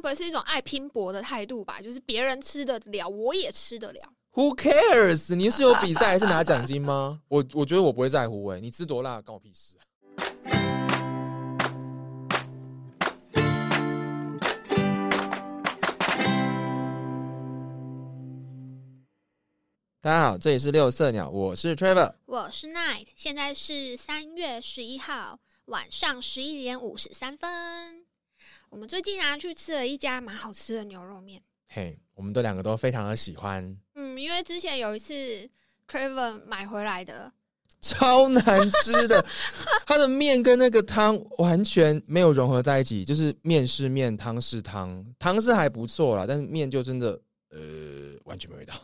不会是一种爱拼搏的态度吧？就是别人吃得了，我也吃得了。 Who cares？你是有比赛还是拿奖金吗？我我觉得我不会在乎哎、你吃多辣关我屁事啊、大家好，这里是六色鸟，我是 Trevor。我是 Night，现在是三月十一号晚上十一点五十三分。我们最近啊去吃了一家蛮好吃的牛肉面，嘿、我们都两个都非常的喜欢，嗯，因为之前有一次 Trevor 买回来的，超难吃的，它的面跟那个汤完全没有融合在一起，就是面是面，汤是汤，汤是还不错啦，但是面就真的呃完全没味道。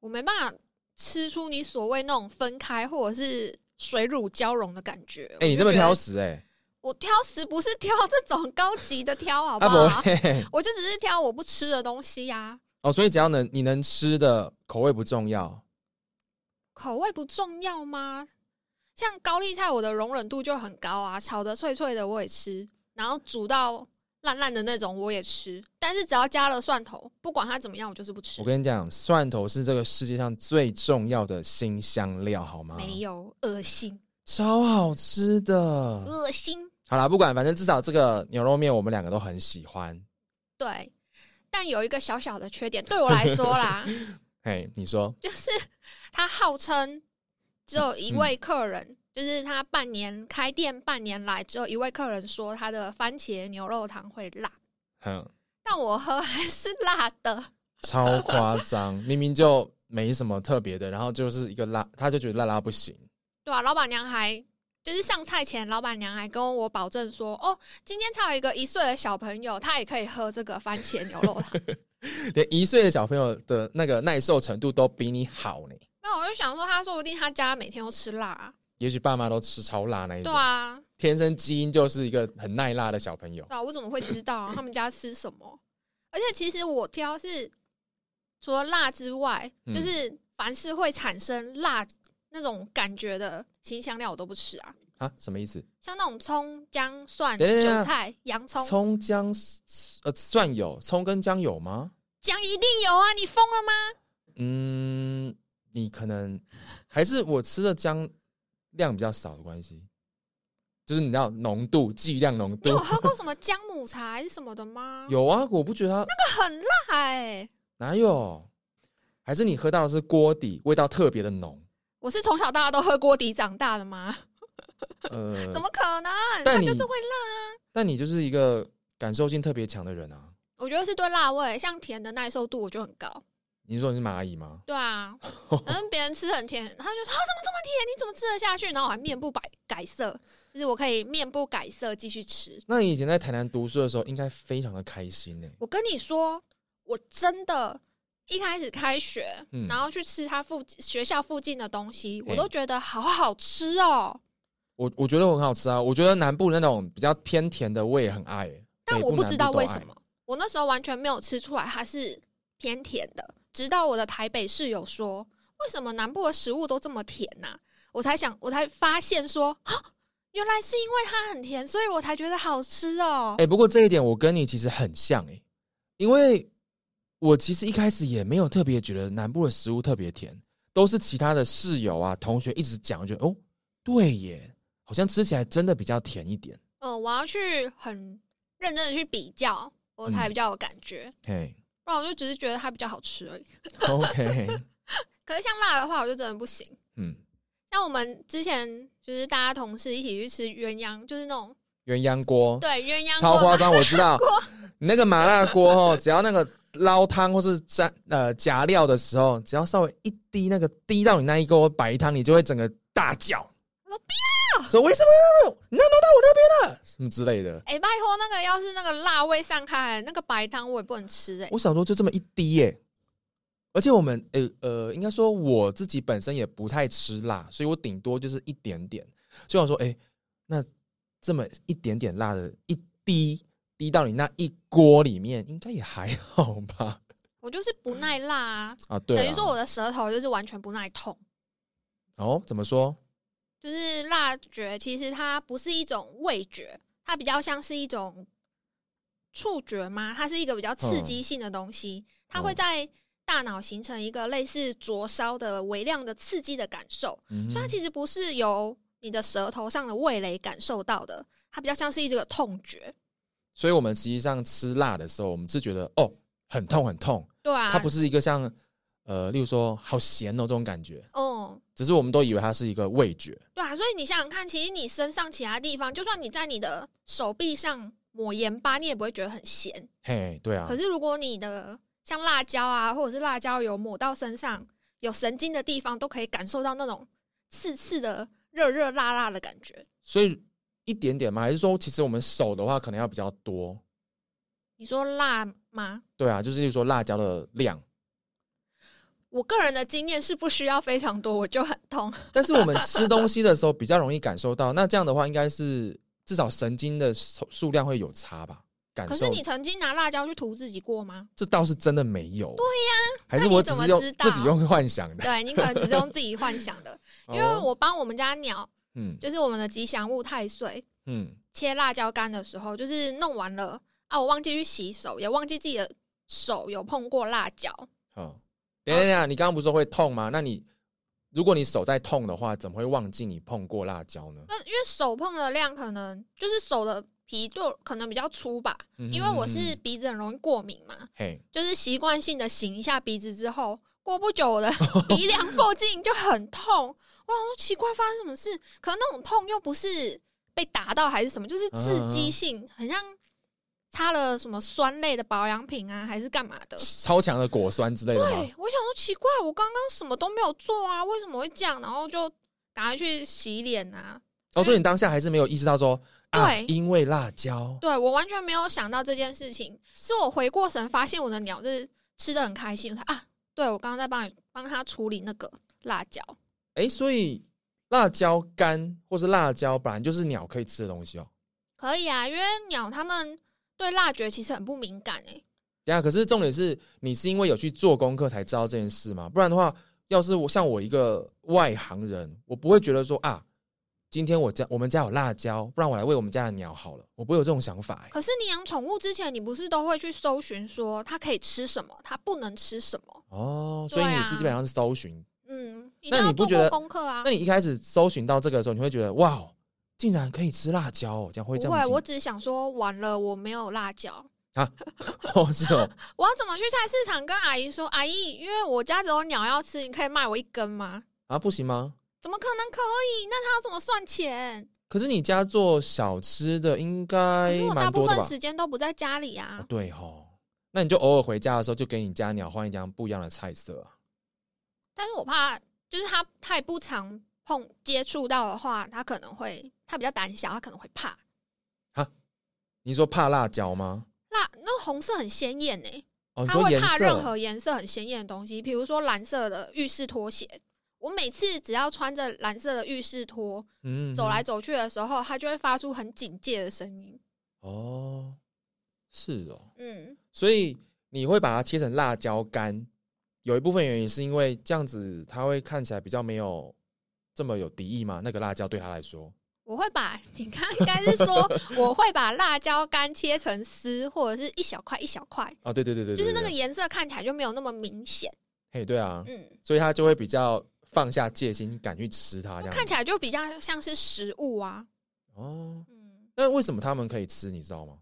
我没办法吃出你所谓那种分开或者是水乳交融的感觉。 哎、你这那么么挑，食哎、我挑食不是挑这种高级的挑，好欸，不阿伯、 好？嘿嘿我就只是挑我不吃的东西呀、哦，所以只要能你能吃的口味不重要，口味不重要吗？像高丽菜，我的容忍度就很高啊，炒的脆脆的我也吃，然后煮到烂烂的那种我也吃，但是只要加了蒜头，不管它怎么样，我就是不吃我。跟你讲，蒜头是这个世界上最重要的新香料，好吗？没，有恶心，超好吃的。恶心，好啦，不管，反正至少这个牛肉面我们两个都很喜欢。对。但有一个小小的缺点，对我来说 啦，嘿，你说就是它号称只有一嗯位客人，就是他半年开店半年来，只有一位客人说他的番茄牛肉汤会辣，哼。但我喝还是辣的。超夸张， 明明就没什么特别的，然后就是一个辣，他就觉得辣辣不行。对啊，老板娘还就是上菜前，老板娘还跟我保证说，哦，今天才有一个一岁的小朋友，他也可以喝这个番茄牛肉汤。 连一岁的小朋友的那个耐受程度都比你好呢。那我就想说，他说不定他家每天都吃辣、啊，也许爸妈都吃超辣那一对种，啊，天生基因就是一个很耐辣的小朋友对。啊，我怎么会知道、啊、他们家吃什么？而且其实我挑是除了辣之外，嗯就是凡是会产生辣那种感觉的新香料，我都不吃啊。啊，什么意思？像那种葱、姜、蒜、等一下等一下韭菜、洋葱，葱姜呃蒜有，葱跟姜有吗？姜一定有啊！你疯了吗？嗯，你可能还是我吃的姜量比较少的关系，就是你知道浓度剂量浓你度有喝过什么姜母茶还是什么的吗？有啊，我不觉得它很辣哎、哪有？还是你喝到的是锅底，味道特别 的浓？我是从小大家都喝锅底长大的吗？呃，怎么可能？它但你就是会辣。但你就是一个感受性特别强的人啊！我觉得是对辣味，像甜的耐受度我就很高。你是说你是蚂蚁吗？对 啊，反正别人吃很甜，他就说、啊、怎么这么甜？你怎么吃得下去？然后我还面不改改色，就是我可以面不改色继续吃。那你以前在台南读书的时候，应该非常的开心呢、欸我跟你说，我真的。一开始开学，嗯然后去吃他附学校附近的东西，我嘿都觉得好好吃哦、我我觉得我很好吃啊！我觉得南部那种比较偏甜的，我也很爱、欸但北我部不南知部道都为爱什么，我那时候完全没有吃出来它是偏甜的，直到我的台北室友说，为什么南部的食物都这么甜呐、我才想，我才发现说，啊，原来是因为它很甜，所以我才觉得好吃哦、哎、不过这一点我跟你其实很像哎、因为我其实一开始也没有特别觉得南部的食物特别甜，都是其他的室友啊、同学一直讲，我觉得哦，对耶，好像吃起来真的比较甜一点。嗯，我要去很认真的去比较，我才嗯比较有感觉，嘿不然我就只是觉得它比较好吃而已。 ，OK，可是像辣的话，我就真的不行。嗯，像我们之前就是大家同事一起去吃鸳鸯，就是那种鸳鸯锅对鸳鸯超锅夸张，我 知道，你那个麻辣锅哦， 只要那个捞汤或是沾呃夹料的时候，只要稍微一滴那个滴到你那一锅白汤，你就会整个大叫，我说不要，说为什么你要弄到我那边了，什么之类的。哎、拜托，那个要是那个辣味散开，那个白汤我也不能吃哎、我想说就这么一滴耶、而且我们呃呃，应该说我自己本身也不太吃辣，所以我顶多就是一点点。所以我说，哎、那这么一点点辣的一滴滴到你那一锅里面，应该也还好 吧？我就是不耐辣啊，啊，对啊，等于说我的舌头就是完全不耐痛。哦，怎么说？就是辣觉，其实它不是一种味觉，它比较像是一种触觉吗？它是一个比较刺激性的东西，它会嗯在大脑形成一个类似灼烧的微量的刺激的感受，嗯所以它其实不是由你的舌头上的味蕾感受到的，它比较像是一个痛觉。所以我们实际上吃辣的时候，我们是觉得哦很痛很痛，对啊，它不是一个像呃，例如说好咸哦这种感觉，哦、只是我们都以为它是一个味觉。对啊，所以你想想看，其实你身上其他地方，就算你在你的手臂上抹盐巴，你也不会觉得很咸。嘿，对啊可，是如果你的像辣椒啊，或者是辣椒油抹到身上，有神经的地方都可以感受到那种刺刺的、热热辣辣的感觉。所以一点点嘛，还是说其实我们手的话可能要比较多。你说辣吗？对啊，就是例如说辣椒的量，我个人的经验是不需要非常多，我就很痛。但是我们吃东西的时候比较容易感受到。那这样的话，应该是至少神经的数数量会有差吧？感可是受你曾经拿辣椒去涂自己过吗？这倒是真的没有。对呀、还那是你我只怎么是用知道自己用幻想的，对你可能只是用自己幻想 的， 因为哦我帮我们家鸟，嗯就是我们的吉祥物太岁，嗯切辣椒干的时候，就是弄完了啊，我忘记去洗手，也忘记自己的手有碰过辣椒。好。等一下等一下，你刚刚不是说会痛吗？那你如果你手在痛的话，怎么会忘记你碰过辣椒呢？那因为手碰的量可能就是手的皮就可能比较粗吧，嗯哼因为我是嗯鼻子很容易过敏嘛，嘿，就是习惯性的擤一下鼻子之后，过不久我的 鼻梁附近就很痛。我想说奇怪，发生什么事？可能那种痛又不是被打到还是什么，就是嗯刺激性，很像擦了什么酸类的保养品啊，还是干嘛的？超强的果酸之类的吗对？，哎我想说奇怪，我刚刚什么都没有做啊，为什么会这样？然后就赶快去洗脸啊。哦，所以你当下还是没有意识到说啊，对因为辣椒，对我完全没有想到这件事情，是我回过神发现我的鸟是吃的很开心，我才啊，对我刚刚在帮你帮它处理那个辣椒。哎、所以辣椒干或是辣椒本来就是鸟可以吃的东西哦。可以啊，因为鸟它们对辣觉其实很不敏感欸诶、对啊，可是重点是你是因为有去做功课才知道这件事嘛？不然的话，要是我像我一个外行人，我不会觉得说啊，今天我家我们家有辣椒，不然我来喂我们家的鸟好了，我不会有这种想法、欸。可是你养宠物之前，你不是都会去搜寻说它可以吃什么，它不能吃什么？哦，所以对啊你是基本上是搜寻，嗯，一那定要你不做觉过得功课啊那。你一开始搜寻到这个的时候，你会觉得哇，哦竟然可以吃辣椒哦，这样会这不样会，子我只是想说完了，我没有辣椒。哦是哦，我要怎么去菜市场跟阿姨说？阿姨，因为我家只有鸟要吃，你可以卖我一根吗？啊不行吗？怎么可能可以？那他要怎么算钱？可是你家做小吃的应可该是我大哎蛮部多的分吧？时间都不在家里啊哦。对哦，那你就偶尔回家的时候，就给你家鸟换一张不一样的菜色啊。但是我怕，就是他太不常碰接触到的话，他可能会他比较胆小，他可能会怕你说怕辣椒吗？辣。那红色很鲜艳诶，哦，你他说会颜怕任色何颜色很鲜艳的东西，比如说蓝色的浴室拖鞋。我每次只要穿着蓝色的浴室拖嗯走来走去的时候，它就会发出很警戒的声音。哦，是哦，嗯，所以你会把它切成辣椒干，有一部分原因是因为这样子它会看起来比较没有这么有敌意嘛，那个辣椒对它来说，我会把你看，应该是 说我会把辣椒干切成丝，或者是一小块一小块，哦，对对对对，就是对那个对颜色看起来就没有那么明显。嘿，对啊，嗯，所以它就会比较放下戒心，敢去吃它这样子看起来就比较像是食物啊。哦。嗯，那为什么他们可以吃？你知道吗？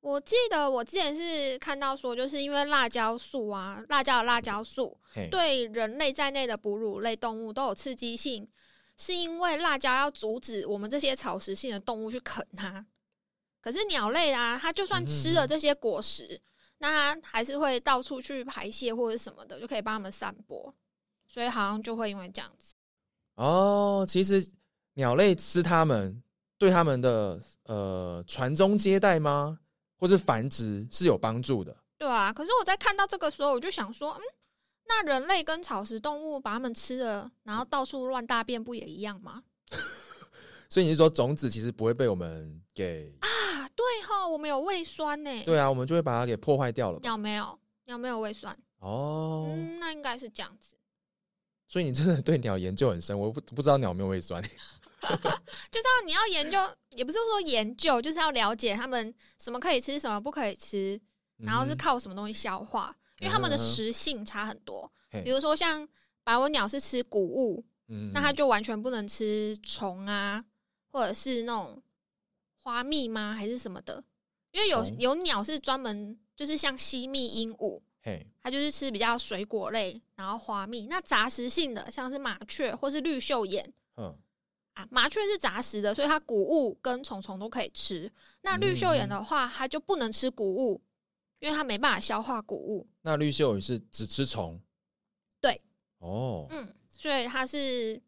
我记得我之前是看到说，就是因为辣椒素啊，辣椒的辣椒素嘿，对人类在内的哺乳类动物都有刺激性，是因为辣椒要阻止我们这些草食性的动物去啃它。可是鸟类啊，它就算吃嗯了这些果实，那它还是会到处去排泄或者什么的，就可以帮它们散播。所以好像就会因为这样子，哦，其实鸟类吃它们，对它们的呃传宗接代吗，或是繁殖是有帮助的。对啊。可是我在看到这个时候，我就想说，嗯，那人类跟草食动物把它们吃了，然后到处乱大便，不也一样吗？所以你是说种子其实不会被我们给？啊，对哈，我们有胃酸呢、对啊，我们就会把它给破坏掉了吧？鸟没有，鸟没有胃酸。哦，嗯，那应该是这样子。所以你真的对鸟研究很深，我不不知道鸟有没有胃酸。就是要你要研究，也不是说研究，就是要了解他们什么可以吃，什么不可以吃， 然后是嗯靠什么东西消化，因为他们的嗯食性差很多。嘿比如说像白文鸟是吃谷物，嗯那它就完全不能吃虫啊，或者是那种花蜜吗？还是什么的？因为有虫有鸟是专门就是像西蜜鹦鹉，嘿它就是吃比较水果类，然后花蜜。那杂食性的像是麻雀或是绿袖眼嗯啊，麻雀是杂食的，所以它谷物跟虫虫都可以吃。那嗯绿袖眼的话，它就不能吃谷物，因为它没办法消化谷物。那绿袖鱼是只吃虫，对，哦，嗯，所以它是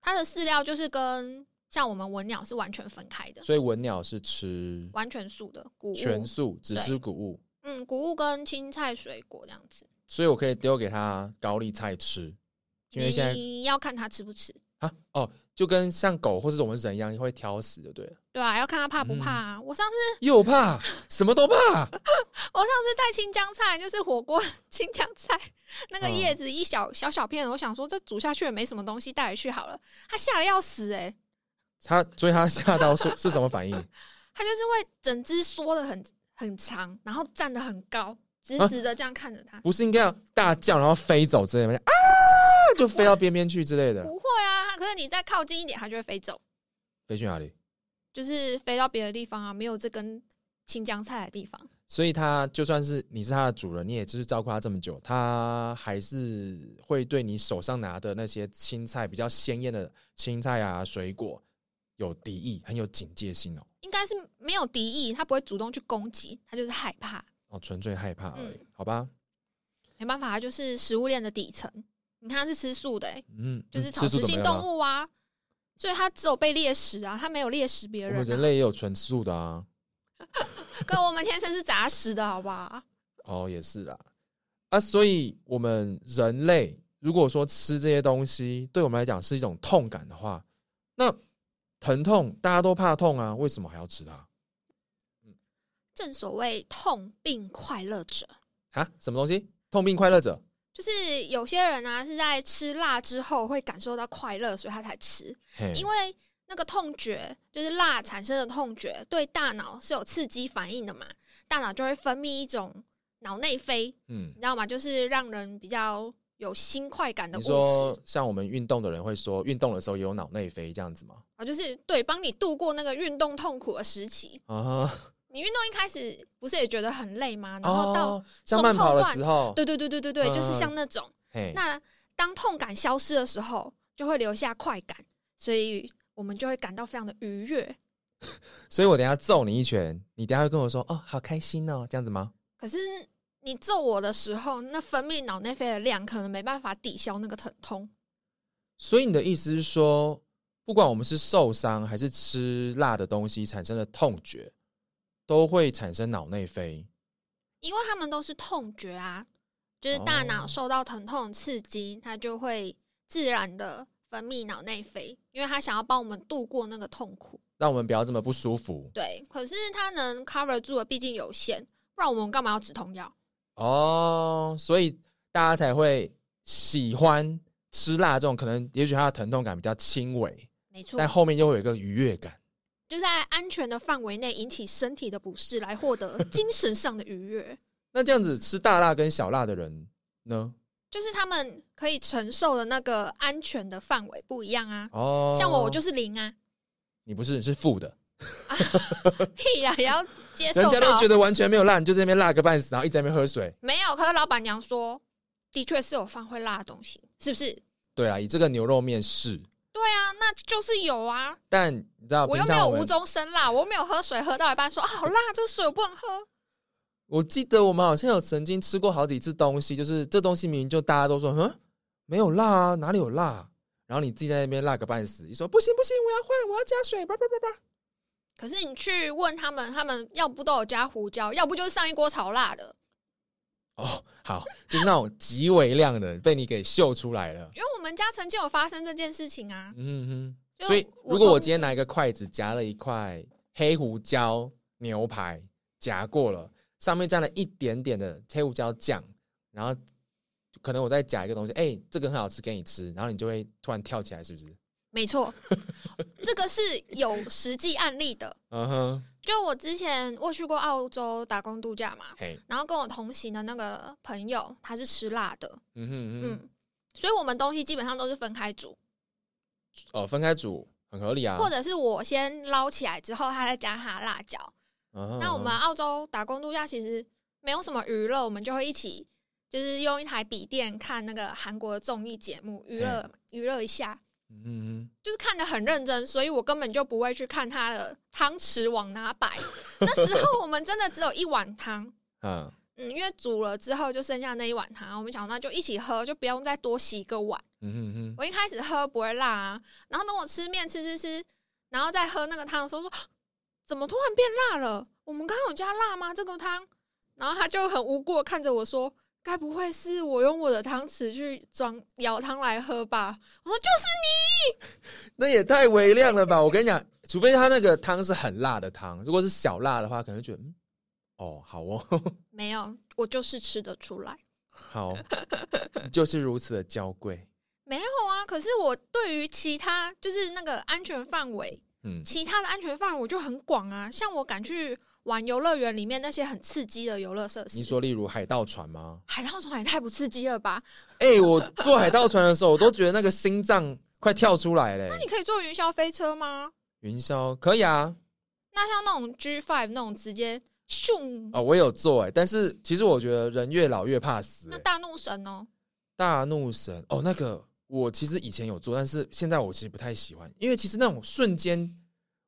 它的饲料就是跟像我们文鸟是完全分开的，所以文鸟是吃完全素的谷物。全素，只对吃谷物，嗯，谷物跟青菜、水果这样子。所以我可以丢给它高丽菜吃，因为现在你要看它吃不吃，啊哦，就跟像狗或是我们人一样会挑食，的，对了？对啊，要看它嗯怕不怕、啊。我上次又怕什么都怕，我上次带青江菜，就是火锅青江菜，那个嗯叶子一小小小片，我想说这煮下去也没什么东西，带回去好了。它吓得要死哎、它所以它吓到是是什么反应？它就是会整只缩的很很长，然后站得很高，直啊直的这样看着它。不是应该要大叫然后飞走之类的吗？啊，就飞到边边去之类的，不会啊，它可是你再靠近一点，它就会飞走，飞去哪里？就是飞到别的地方啊，没有这根青江菜的地方。所以它就算是你是它的主人，你也就是照顾它这么久，它还是会对你手上拿的那些青菜比较鲜艳的青菜啊、水果有敌意，很有警戒心哦。应该是没有敌意，它不会主动去攻击，它就是害怕。哦，纯粹害怕而已，嗯好吧？没办法，它就是食物链的底层。你看它是吃素的、欸，嗯，就是嗯草食性动物物，啊，所以它只有被猎食啊，它没有猎食别我人、们人啊。类也有纯素的啊。跟我们天生是杂食的，好不好？哦，也是啦。啊，所以我们人类如果说吃这些东西对我们来讲是一种痛感的话，那疼痛大家都怕痛啊，为什么还要吃它？正所谓痛并快乐着，啊，什么东西？痛并快乐者。就是有些人啊是在吃辣之后会感受到快乐，所以他才吃，嘿因为那个痛觉就是辣产生的痛觉对大脑是有刺激反应的嘛，大脑就会分泌一种脑内啡，嗯你，知道吗？就是让人比较有新快感的你物说质像我们运动的人会说，运动的时候也有脑内啡这样子吗？啊，就是对，帮你度过那个运动痛苦的时期。啊哈，你运动一开始不是也觉得很累吗？然后到、哦像慢跑的时候，对对对对对对，就是哦嗯像那种。嘿，那当痛感消失的时候，就会留下快感，所以我们就会感到非常的愉悦。所以我等一下揍你一拳，你等一下会跟我说，哦，好开心哦，这样子吗？可是你揍我的时候，那分泌脑内啡的量可能没办法抵消那个疼痛。所以你的意思是说，不管我们是受伤还是吃辣的东西产生的痛觉，都会产生脑内啡。因为他们都是痛觉啊，就是大脑哦受到疼痛的刺激，它就会自然的分泌脑内啡，因为它想要帮我们度过那个痛苦。让我们不要这么不舒服对，可是它能 cover 住的毕竟有限，不然我们干嘛要止痛药？哦，所以大家才会喜欢吃辣这种，可能也许它的疼痛感比较轻微，没错但，后面又会有一个愉悦感。就在安全的范围内引起身体的不适，来获 得精神上的愉悦。那这样子吃大辣跟小辣的人呢？就是他们可以承受的那个安全的范围不一样啊。哦，像我，我就是零啊，你不是你是负的，屁啦，也要接 受人到。家都觉得完全没有辣，你就在那边辣个半死，然后一直在那边喝水。没有，可是老板娘说，的确是有放会辣的东西，是不是？对啊，以这个牛肉面是，对啊，那就是有啊。但你知道，我平又没常有们无中生辣，我又没有喝水喝到一半说啊好辣，这个水我不能喝。我记得我们好像有曾经吃过好几次东西，就是这东西明明就大家都说，嗯，没有辣啊，哪里有辣、然后你自己在那边辣个半死，你说不行不行，我要换，我要加水，叭叭叭叭。可是你去问他们，他们要不都有加胡椒，要不就是上一锅炒辣的。哦，好，就是那种极为量的被你给秀出来了。因为我们家曾经有发生这件事情啊，嗯就哼，所以我如果我从今天拿一个筷子夹了一块黑胡椒牛排，夹过了，上面沾了一点点的黑胡椒酱，然后可能我再夹一个东西，哎、这个很好吃，给你吃，然后你就会突然跳起来，是不是？没错， 这个是有实际案例的。嗯哼，就我之前我去过澳洲打工度假嘛，嘿，然后跟我同行的那个朋友他是吃辣的，嗯哼嗯嗯哼，所以我们东西基本上都是分开煮，哦，分开煮很合理啊。或者是我先捞起来之后，他再加他辣椒。嗯哼，那我嗯哼们澳洲打工度假其实没有什么娱乐，我们就会一起就是用一台笔电看那个韩国的综艺节目，娱乐娱乐一下，嗯哼就是看得很认真，所以我根本就不会去看他的汤匙往哪 摆。那时候我们真的只有一碗汤。嗯哼嗯，因为煮了之后就剩下那一碗汤，我们想那就一起喝，就不用再多洗一个碗。嗯哼嗯哼我一开始喝不会辣啊，然后等我吃面吃吃吃，然后再喝那个汤的时候说，哦怎么突然变辣了？我们刚刚有加辣吗？这个汤？然后他就很无辜地看着我说，该不会是我用我的汤匙去装舀汤来喝吧？我说就是那也太微量了吧！我跟你讲，除非他那个汤是很辣的汤，如果是小辣的话，可能会觉得嗯，哦，好哦，没有，我就是吃得出来。 好，就是如此的娇贵。没有啊，可是我对于其他就是那个安全范围，嗯其他的安全范围我就很广啊，像我敢去玩游乐园里面那些很刺激的游乐设施，你说例如海盗船吗？海盗船也太不刺激了吧？ 哎、我坐海盗船的时候，我都觉得那个心脏快跳出来嘞、你可以坐云霄飞车吗？云霄可以啊，那像那种 G Five 那种直接咻，哦，我有做哎、但是其实我觉得人越老越怕死、那欸。大怒神哦，大怒神哦，那个我其实以前有做，但是现在我其实不太喜欢，因为其实那种瞬间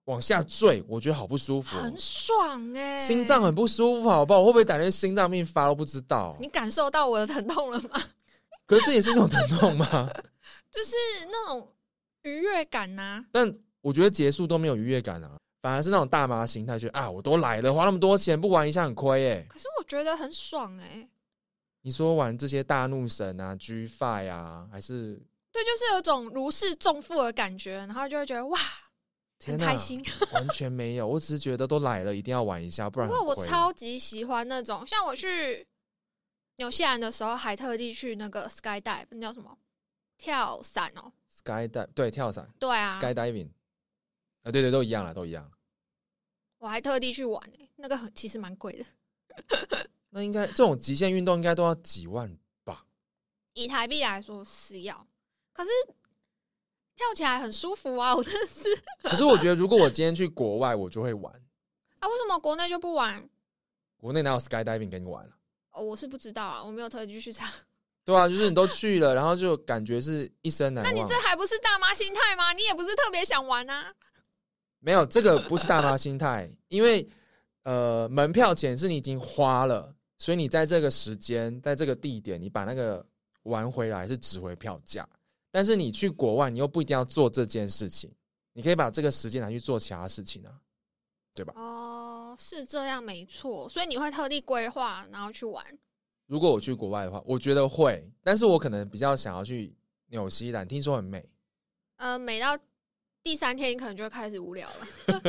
往下坠，我觉得好不舒服哦、很爽哎、心脏很不舒服，好不好？我会不会打成心脏病发都不知道？你感受到我的疼痛了吗？ 可是这也是一种疼痛吗？就是那种愉悦感呐、但我觉得结束都没有愉悦感啊，反而是那种大妈心态，觉得啊，我都来了，花那么多钱，不玩一下很亏耶。可是我觉得很爽哎、你说玩这些大怒神啊、G Five 啊，还是对，就是有种如释重负的感觉，然后就会觉得哇，天很哪开心。完全没有，我只是觉得都来了，一定要玩一下，不然不过很我亏超级喜欢那种，像我去纽西兰的时候，还特地去那个 sky dive，那叫什么跳伞哦？ sky dive 对跳伞、对啊 sky diving 啊，对对都一样了，都一样。我还特地去玩、欸，那个很其实蛮贵的，那应该这种极限运动应该都要几 万以台币来说是要，可是跳起来很舒服啊！我真的是可是我觉得，如果我今天去国外，我就会玩。啊，为什么国内就不玩？国内哪有 skydiving 给你玩啊？哦，我是不知道啊，我没有特地去查。对啊，就是你都去了，然后就感觉是一生难那你 忘啊这。还不是大妈心态吗？你也不是特别想玩啊？没有这个不是大妈心态，因为呃，门票钱是你已经花了，所以你在这个时间，在这个地点，你把那个玩回来是值回票价。但是你去国外，你又不一定要做这件事情，你可以把这个时间拿去做其他事情啊。哦，是这样没错，所以你会特地规划然后去玩。如果我去国外的话，我觉得会，但是我可能比较想要去纽西兰，听说很美。呃，每到第三天，你可能就会开始无聊了，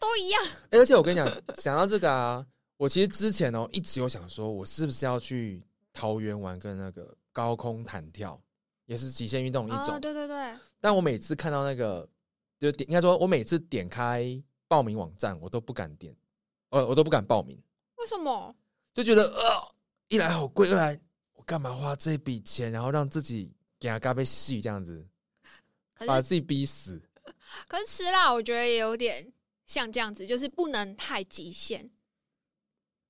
都一样。欸而且我跟你讲， 想到这个啊，我其实之前哦一直有想说，我是不是要去桃园玩跟那个高空弹跳，也是极限运动一种。哦，对对对，但我每次看到那个，就点应该说，我每次点开报名网站，我都不敢点，呃，我都不敢报名，为什么？就觉得呃，一来好贵，二来我干嘛花这笔钱，然后让自己给他嘎被戏这样子，可把是自己逼死。可是吃辣，我觉得也有点像这样子，就是不能太极限。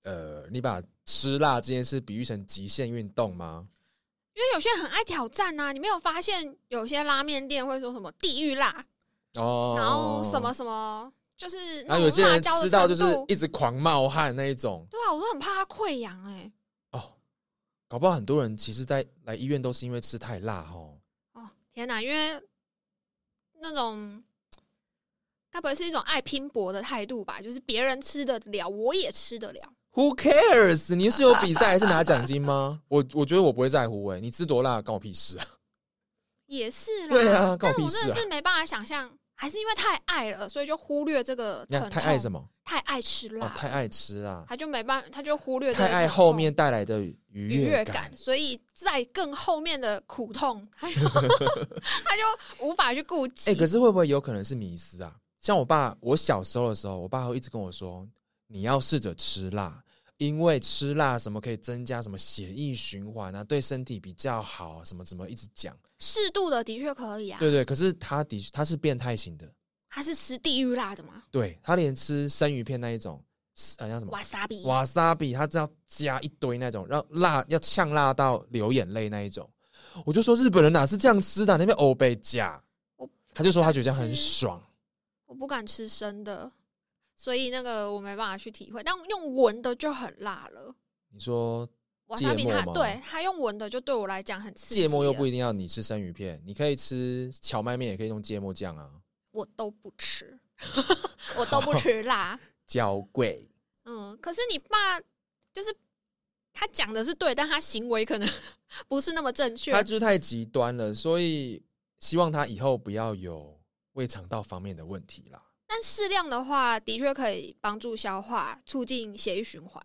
呃，你把吃辣这件事比喻成极限运动吗？因为有些人很爱挑战啊呐、你没有发现有些拉面店会说什么地狱辣，哦，然后什么什么，就是然那后有种些辣人椒的吃程到度，就是一直狂冒汗那一种对啊，我都很怕它溃疡哎、哦，搞不好很多人其实在来医院都是因为吃太辣哦。哦天哪，因为那种该不会是一种爱拼搏的态度吧？就是别人吃得了，我也吃得了。 Who cares？你是有比赛还是拿奖金吗？我我觉得我不会在乎哎、你吃多辣关我屁事啊！也是啦，对啊但关我屁我真事的啊是没办法想象，还是因为太爱了，所以就忽略这个你疼看痛。太爱什么？太爱吃辣哦了，，太爱吃啊，他就没太爱他就忽略这个太爱疼后痛面带来的愉哦愉悦悦感，所以在更后面的苦痛， 他 就他就无法去顾及。哎、可是会不会有可能是迷思啊？像我爸，我小时候的时候，我爸会一直跟我说，你要试着吃辣，因为吃辣什么可以增加什么血液循环啊，对身体比较好，啊什么什么一直讲。适度的的确可以啊，对对，可是他的确他是变态型的，他是吃地狱辣的嘛，对他连吃生鱼片那一种，呃，叫什么瓦萨比，瓦萨比，他这样加一堆那种，让辣要呛辣到流眼泪那一种。我就说日本人哪是这样吃的啊、那边欧贝加我，他就说他觉得这样很吃爽。我不敢吃生的，所以那个我没办法去体会。但用闻的就很辣了，你说瓦芥萨比末它吗对它用闻的就对我来讲很刺激啊芥了，末又不一定要你吃生鱼片，你可以吃荞麦面，也可以用芥末酱啊。我都不吃， 我都不吃辣。较贵，嗯，可是你爸就是他讲的是对，但他行为可能 不是那么正确他。就是太极端了，所以希望他以后不要有胃肠道方面的问题啦。但适量的话，的确可以帮助消化，促进血液循环。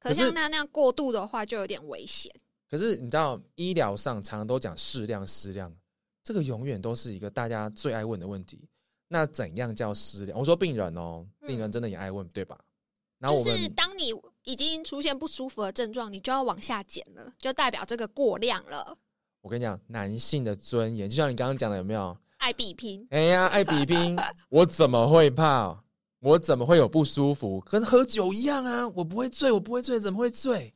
可可是像他那样过度的话，就有点危险。可是你知道，医疗上常常都讲适量适量，这个永远都是一个大家最爱问的问题。那怎样叫适量？我说病人哦，嗯病人真的也爱问，对吧？然啊后我就们是当你已经出现不舒服的症状，你就要往下减了，就代表这个过量了。我跟你讲，男性的尊严，就像你刚刚讲的，有没有？爱比拼，哎呀，爱 比拼，我怎么会怕？我怎么会有不舒服？跟喝酒一样啊！我不会醉，我不会醉，怎么会醉？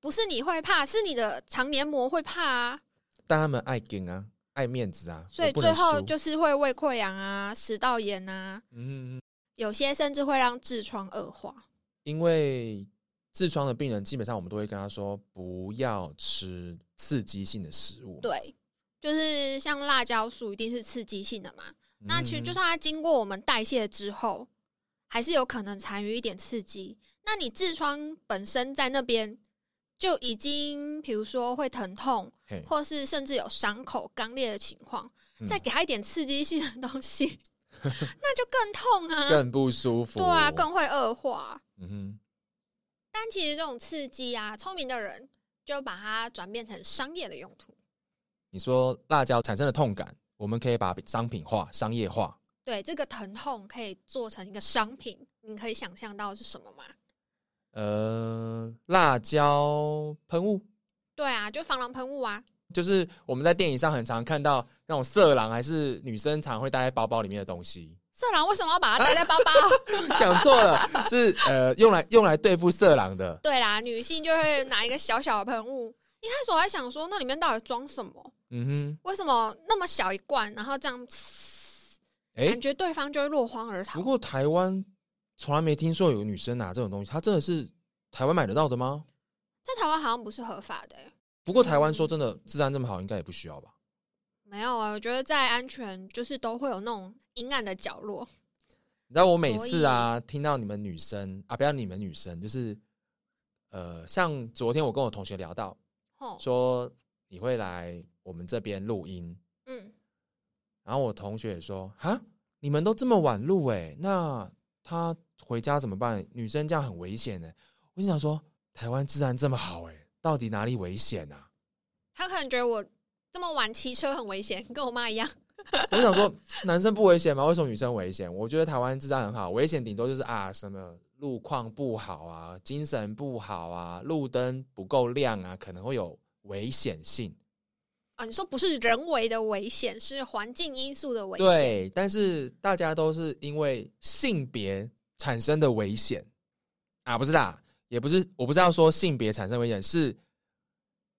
不是你会怕，是你的肠黏膜会怕啊，但他们爱跟啊，爱面子啊，所以我不最能后输就是会胃溃疡啊、食道炎啊，嗯，有些甚至会让痔疮恶化。因为痔疮的病人，基本上我们都会跟他说不要吃刺激性的食物。对，就是像辣椒素一定是刺激性的嘛，嗯，那其实就算它经过我们代谢之后，还是有可能残余一点刺激。那你痔疮本身在那边就已经，比如说会疼痛，嘿或是甚至有伤口、刚裂的情况，再嗯给它一点刺激性的东 西，那就更痛啊！更不舒服。对啊，更会恶化。嗯哼，但其实这种刺激啊，聪明的人就把它转变成商业的用途。你说辣椒产生的痛感，我们可以把商品化、商业化。对，这个疼痛可以做成一个商品，你可以想象到是什么吗？呃，辣椒喷雾。对啊，就防狼喷雾啊，就是我们在电影上很常看到那种色狼还是女生常会带在包包里面的东西。色狼为什么要把它带在包包？ 讲错了，是呃用来用来对付色狼的。对啦，女性就会拿一个小小的喷雾。一开始我还想说，那里面到底装什么？嗯为什么那么小一罐，然后这样嘶，哼，哎、感觉对方就会落荒而逃不？过台湾从来没听说有女生拿这种东西，她真的是台湾买得到的吗？在台湾好像不是合法的欸、不过台湾说真的，治安这么好，应该也不需要吧？没有啊，我觉得在安全就是都会有那种阴暗的角落。你知道我每次啊，听到你们女生啊，不要你们女生，就是呃，像昨天我跟我同学聊到，哦，说你会来我们这边录音，嗯，然后我同学也说：“哈，你们都这么晚录哎，那他回家怎么办？女生这样很危险呢。”我就想说，台湾治安这么好哎，到底哪里危险啊？他可能觉得我这么晚骑车很危险，跟我妈一样。我就想说，男生不危险吗？为什么女生危险？我觉得台湾治安很好，危险顶多就是啊什么路况不好啊，精神不好啊，路灯不够亮啊，可能会有危险性。啊，你说不是人为的危险，是环境因素的危险。对，但是大家都是因为性别产生的危险啊，不是啦，也不是，我不是要说性别产生危险，是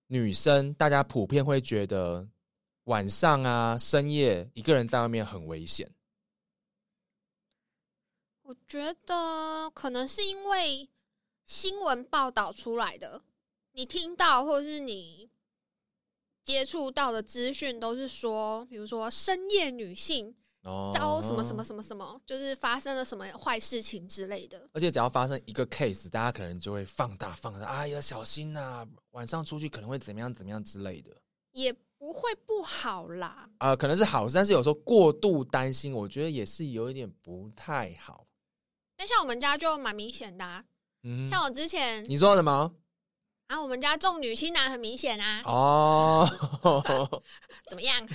女生大家普遍会觉得晚上啊、深夜一个人在外面很危险。我觉得可能是因为新闻报道出来的，你听到或者是你接触到的资讯都是说，比如说深夜女性哦遭什么什么，什么什么，就是发生了什么坏事情之类的。而且只要发生一个 case，大家可能就会放大放大，哎呀，小心呐、晚上出去可能会怎么样怎么样之类的。也不会不好啦，啊、可能是好事，但是有时候过度担心，我觉得也是有一点不太好。那像我们家就蛮明显的、啊，嗯，像我之前你说什么？然后我们家重女轻男很明显啊， 哦，怎么样？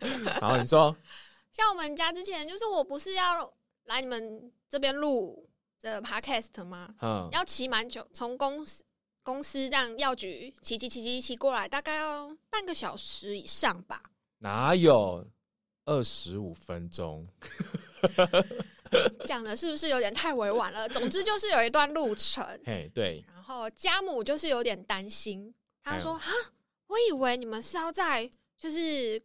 然哦后你说，像我们家之前就是我不是要来你们这边录这 podcast 吗？嗯，要骑蛮久，从公司公司这样药局骑骑骑骑骑过来，大概要半个小时以上吧。哪有二十五分钟？讲的是不是有点太委婉了？总之就是有一段路程，嘿，对，然后家母就是有点担心，她说：“啊，我以为你们是要在就是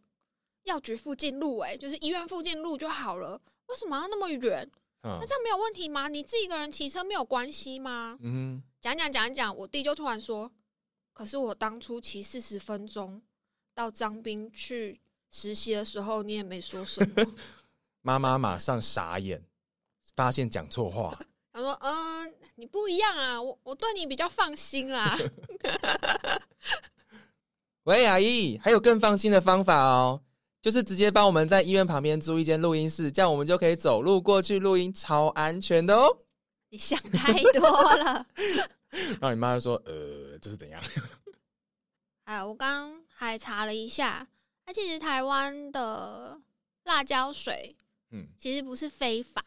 药局附近录，哎，就是医院附近录就好了，为什么要那么远？嗯那这样没有问题吗？你自己一个人骑车没有关系吗嗯？”讲一讲讲一讲，我弟就突然说：“可是我当初骑四十分钟到张斌去实习的时候，你也没说什么。” 哼，妈妈马上傻眼，发现讲错话，他说：“嗯，你不一样啊，我我对你比较放心啦。 喂，阿姨，还有更放心的方法哦，就是直接帮我们在医院旁边租一间录音室，这样我们就可以走路过去录音，超安全的哦。你想太多了。 然后你妈就说：“呃，这是怎样？哎，我刚还查了一下，啊那其实台湾的辣椒水嗯，其实不是非法，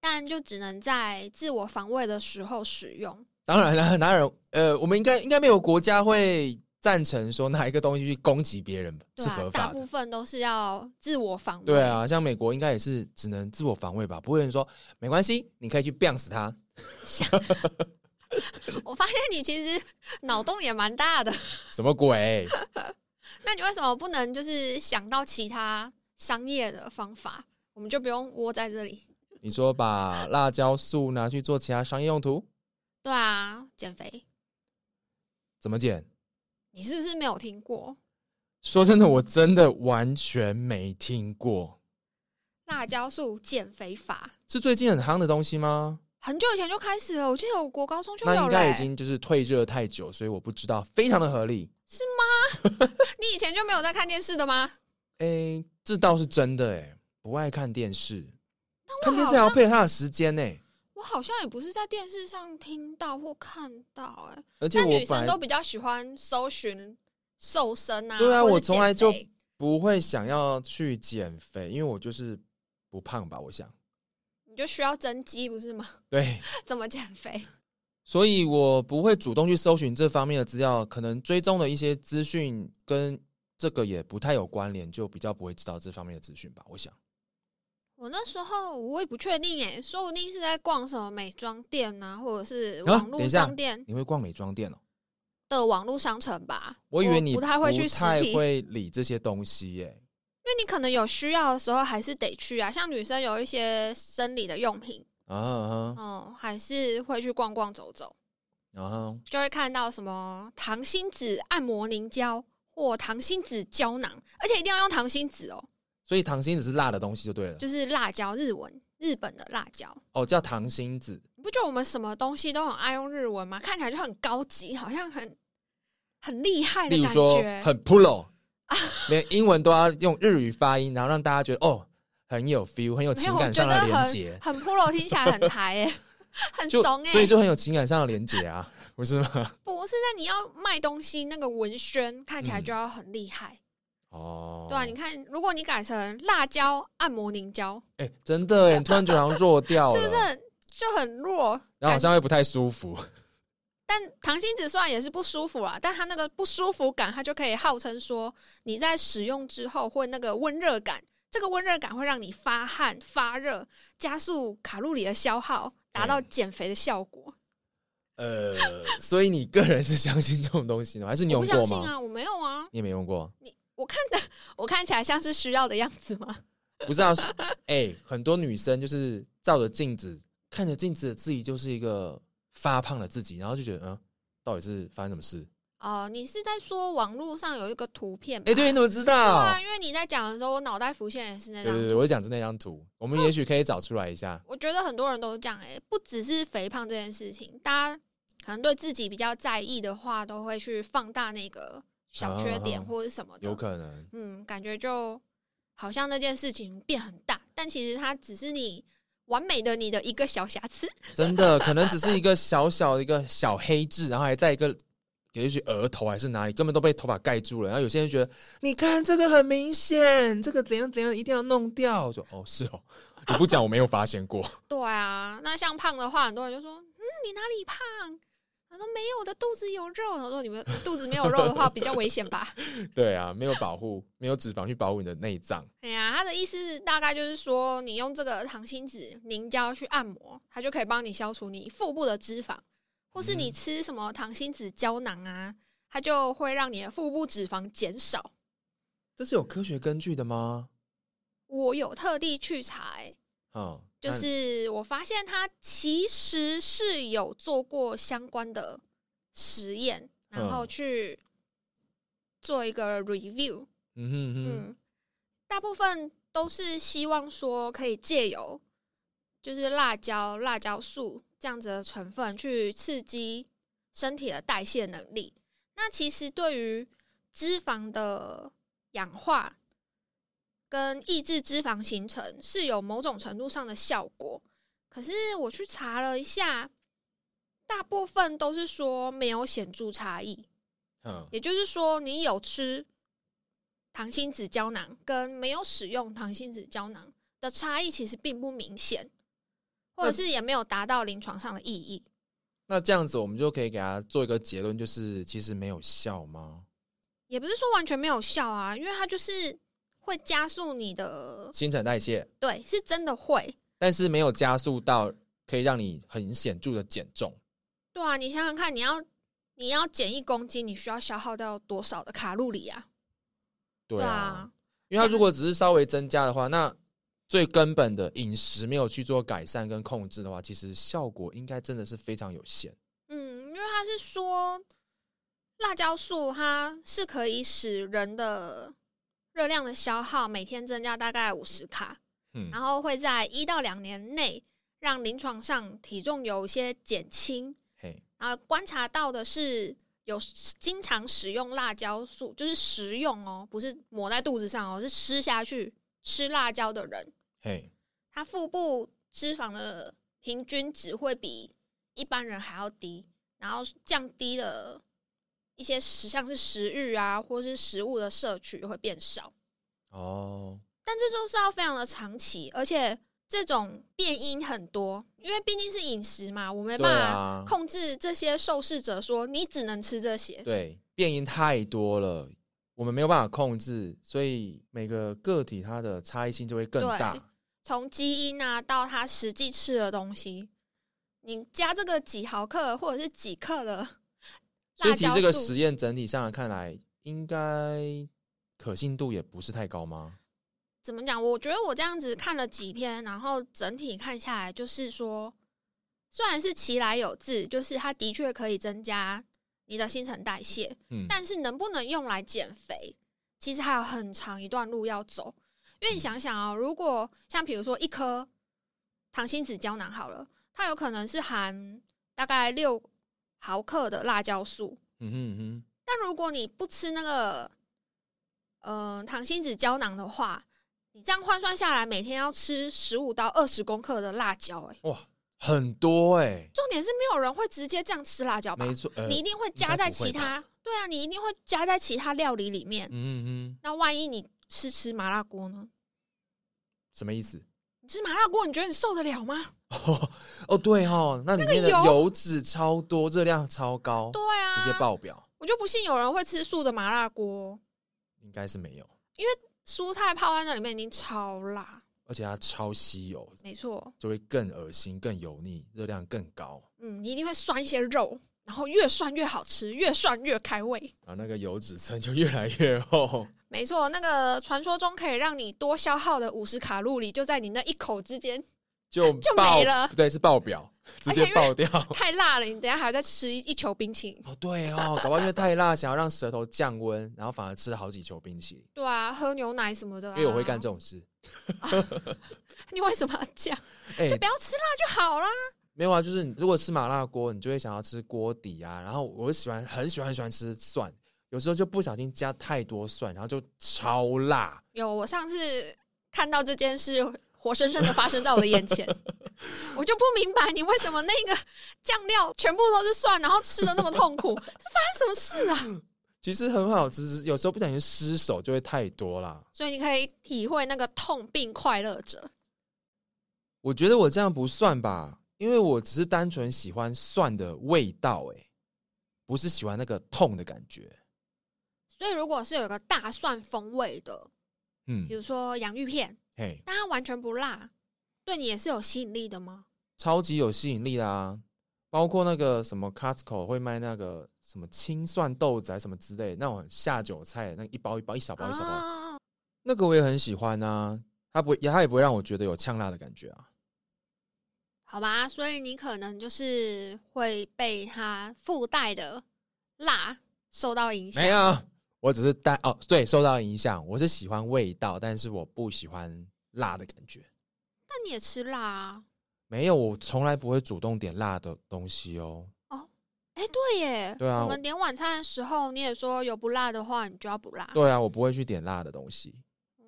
但就只能在自我防卫的时候使用。当然啦，哪有？呃，我们应该应该没有国家会赞成说拿一个东西去攻击别人吧，对是啊合，大法的部。分都是要自我防卫。对，啊，像美国应该也是只能自我防卫吧，不会有人说没关系，你可以去 bang 死他。我发现你其实脑洞也蛮大的， 什么鬼？那你为什么不能就是想到其他商业的方法？我们就不用窝在这里。你说把辣椒素拿去做其他商业用途，对啊，减肥，怎么减？你是不是没有听过说真的，我真的完全没听过，辣椒素减肥法？是最近很夯的东西吗？很久以前就开始了，我记得我国高中就那有应了、欸该已经就是退热太久，所以我不知道，非常的合理。你以前就没有在看电视的吗？诶、这倒是真的诶、不爱看电视，那看我电好视还要像配合他的时间呢、我好像也不是在电视上听到或看到、哎，而且但我女本生来都比较喜欢搜寻瘦身啊。对啊或者我从来减肥就不会想要去减肥，因为我就是不胖吧，我想。你就需要增肌不是吗？ 对，怎么减肥？所以我不会主动去搜寻这方面的资料，可能追踪的一些资讯跟这个也不太有关联，就比较不会知道这方面的资讯吧。我想，我那时候我也不确定诶，说不定是在逛什么美妆店啊，或者是网等络一下商店你会逛美妆店哦？的网络商城吧。我以为你不太会去不实太体，因为会理这些东西耶。你可能有需要的时候还是得去啊。像女生有一些生理的用品，啊啊嗯，还是会去逛逛走走，啊！就会看到什么糖心子按摩凝胶或糖心子胶囊，而且一定要用糖心子哦，所以糖心子是辣的东西就对了，就是辣椒日文日本的辣椒。哦，叫糖心子。你不觉得我们什么东西都很爱用日文吗？看起来就很高级，好像很很厉害的例如感说觉。很 pro，连英文都要用日语发音，然后让大家觉得哦很有 feel，很有没情有，我感觉上得的连很接，很 pro，听起来很台哎、很就怂哎、所以就很有情感上的连接 啊，不是吗？不是，那你要卖东西，那个文宣看起来嗯就要很厉害，哦，对啊，你看，如果你改成辣椒按摩凝胶，哎、真的哎，你突然觉得好像弱 掉了，是不是很就很弱？然后好像会不太舒服。但糖心子虽然也是不舒服啦，但它那个不舒服感，它就可以号称说你在使用之后会那个温热感，这个温热感会让你发汗、发热，加速卡路里的消耗，达到减肥的效果。呃，所以你个人是相信这种东西的吗，还是你我用不相过信吗？啊，我没有啊，你也没用过，我看的我看起来像是需要的样子吗？ 不是啊？哎、很多女生就是照着镜子，看着镜子自己就是一个发胖的自己，然后就觉得嗯，到底是发生什么事？哦、你是在说网络上有一个图片吧？哎、对，你怎么知对道？啊，因为你在讲的时候，我脑袋浮现也是那对张对图。对，我讲是那张图，我们也许可以找出来一下。我觉得很多人都是这样、欸，不只是肥胖这件事情，大家可能对自己比较在意的话，都会去放大那个小缺啊啊点啊或者什么的。有可能，嗯，感觉就好像那件事情变很大，但其实它只是你完美的你的一个小瑕疵。 真的可能只是一个小小的一个小黑痣，然后还在一个也许额头还是哪里，根本都被头发盖住了。然后有些人觉得，你看这个很明显，这个怎样怎样，一定要弄掉。我说哦，是哦，你不讲我没有发现过。 对啊，那像胖的话，很多人就说，嗯，你哪里胖？他说没有，我的肚子有肉。我说你们肚子没有肉的话，比较危险吧？对啊，没有保护，没有脂肪去保护你的内脏。哎呀，他的意思大概就是说，你用这个糖心子凝胶去按摩，它就可以帮你消除你腹部的脂肪，或是你嗯吃什么糖心子胶囊啊，它就会让你的腹部脂肪减少。这是有科学根据的吗？我有特地去查、欸，啊、就那是我发现他其实是有做过相关的实验，然后嗯去做一个 review。嗯哼哼，嗯，大部分都是希望说可以借由就是辣椒、辣椒素这样子的成分去刺激身体的代谢能力。那其实对于脂肪的氧化跟抑制脂肪形成是有某种程度上的效果。可是我去查了一下，大部分都是说没有显著差异。嗯也就是说，你有吃糖心子胶囊跟没有使用糖心子胶囊的差异其实并不明显，或者嗯是也没有达到临床上的意义。那这样子我们就可以给他做一个结论，就是其实没有效吗？也不是说完全没有效啊，因为它就是会加速你的，新陈代谢，对，是真的会。但是没有加速到可以让你很显著的减重。对啊，你想想看，你要你要减一公斤，你需要消耗掉多少的卡路里啊？对对啊啊，因为它如果只是稍微增加的话，那最根本的饮食没有去做改善跟控制的话，其实效果应该真的是非常有限。嗯，因为他是说辣椒素它是可以使人的热量的消耗每天增加大概五十卡，嗯然后会在一到两年内让临床上体重有一些减轻。嘿，然后观察到的是有经常使用辣椒素，就是食用哦，不是抹在肚子上哦，是吃下去吃辣椒的人，嘿，他腹部脂肪的平均值会比一般人还要低，然后降低了一些食像是食欲啊，或是食物的摄取会变少。哦，但这就是要非常的长期，而且这种变因很多，因为毕竟是饮食嘛，我没对办啊法，哎控制这些受试者说你只能吃这些。对，变因太多了，我们没有办法控制，所以每个个体它的差异性就会更对大。从基因啊到他实际吃的东西，你加这个几毫克或者是几克的所以辣其实椒这个素实验整体上来看来，应该可信度也不是太高吗？怎么讲？我觉得我这样子看了几篇，然后整体看下来，就是说，虽然是其来有自，就是它的确可以增加你的新陈代谢，嗯，但是能不能用来减肥，其实还有很长一段路要走。因为你想想哦，如果像比如说一颗糖心子胶囊好了，它有可能是含大概六毫克的辣椒素，嗯哼嗯哼，但如果你不吃那个呃糖心子胶囊的话，你这样换算下来，每天要吃十五到二十公克的辣椒、欸。哇，很多哎、重点是没有人会直接这样吃辣椒吧没？错，呃你一定会应该加不在会其吧他，对啊，你一定会加在其他料理里面。嗯嗯，那万一你是吃麻辣锅呢？什么意思？你吃麻辣锅，你觉得你受得了吗？哦哦，对哦，那里那面的个油油脂超多，热量超高，对直接啊，爆表，我就不信有人会吃素的麻辣锅，哦应该是没有，蔬菜泡在那里面已经超辣，而且它超吸油，没错，就会更恶心、更油腻，热量更高，嗯，你一定会涮一些肉，然后越涮越好吃，越涮越开胃。然后那个油脂层就越来越厚。没错，那个传说中可以让你多消耗的五十卡路里，就在你那一口之间，就 就爆没了对，是爆表，直而且因接为爆掉。太辣了，你等一下还要再吃一一球冰淇淋。哦，对哦，搞不好因为太辣，想要让舌头降温，然后反而吃了好几球冰淇淋。对啊，喝牛奶什么的、啊。因为我会干这种事，你为什么要这样？哎、就不要吃辣就好啦。没有啊，就是你如果吃麻辣锅，你就会想要吃锅底啊。然后我喜欢，很喜欢，很喜欢吃蒜，有时候就不小心加太多蒜，然后就超辣。 有，我上次看到这件事，活生生的发生在我的眼前。我就不明白你为什么那个酱料全部都是蒜，然后吃的那么痛苦，这发生什么事啊？其实很好吃，只是有时候不小心失手就会太多啦。所以你可以体会那个痛并快乐着。我觉得我这样不算吧，因为我只是单纯喜欢蒜的味道、欸，哎，不是喜欢那个痛的感觉。所以如果是有一个大蒜风味的，嗯比，如说洋芋片，嘿，但它完全不辣，对你也是有吸引力的吗？超级有吸引力啦、包括那个什么 Costco 会卖那个什么青蒜豆子还是什么之类的那种下酒菜，那个一包一包一小包一小包，啊，那个我也很喜欢啊。它不，它也不会让我觉得有呛辣的感觉啊。好吧，所以你可能就是会被它附带的辣受到影响。没有，我只是单哦，对，受到影响，我是喜欢味道，但是我不喜欢辣的感觉。那你也吃辣啊？没有，我从来不会主动点辣的东西哦。哎、对耶，对啊我们点晚餐的时候你也说有不辣的话，你就要不辣。对啊，我不会去点辣的东西。嗯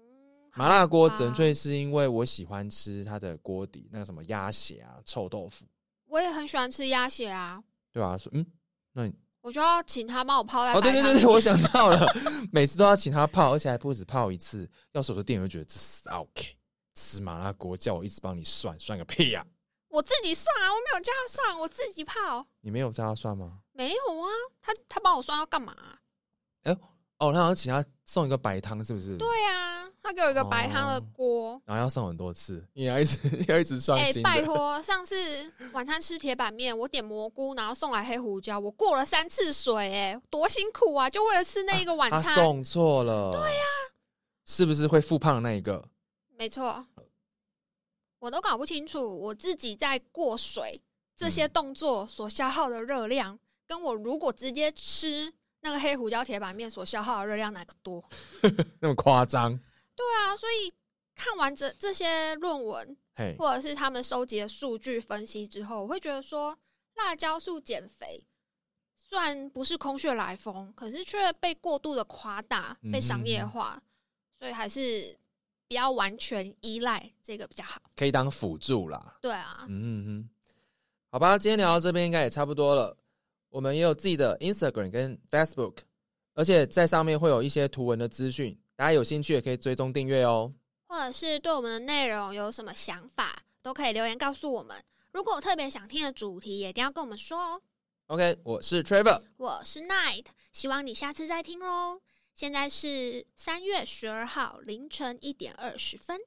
麻辣锅纯好吧粹是因为我喜欢吃它的锅底，那个什么鸭血啊、臭豆腐，我也很喜欢吃鸭血啊，对啊，说嗯，我就要请他帮我泡在哦，对白对糖对对，我里想到了， 每次都要请他泡，而且还不止泡一次。要是我的店员就觉得这是 OK，吃麻辣锅叫我一直帮你涮，涮个屁呀、我自己涮啊，我没有叫他涮，我自己泡。你没有叫他涮吗？没有啊，他他帮我涮要干嘛、啊哦，他好像请他送一个白汤，是不是？对，对啊，他给我一个哦白汤的锅。然后要送很多次，你要一直 要一直涮哎、新的。拜 托！上次晚餐吃铁板面，我点蘑菇，然后送来黑胡椒，我过了三次水、哎，多辛苦啊！就为了吃那一个晚他餐，送错了，对呀、是不是会复胖的那一个？没错，我都搞不清楚我自己在过水这嗯些动作所消耗的热量，跟我如果直接吃那个黑胡椒铁板面所消耗的热量哪个多？那么夸张？对啊，所以看完这这些论文嘿，或者是他们收集的数据分析之后，我会觉得说，辣椒素减肥虽然不是空穴来风，可是却被过度的夸大、被商业嗯哼化，所以还是不要完全依赖这个比较好。可以当辅助啦。对啊，嗯哼哼，好吧，今天聊到这边应该也差不多了。我们也有自己的 Instagram 跟 Facebook，而且在上面会有一些图文的资讯，大家有兴趣也可以追踪订阅哦。或者是对我们的内容有什么想法，都可以留言告诉我们。如果有特别想听的主题，也一定要跟我们说哦。 OK，我是 Trevor，我是 Night，希望你下次再听喽。现在是三月十二号凌晨一点二十分。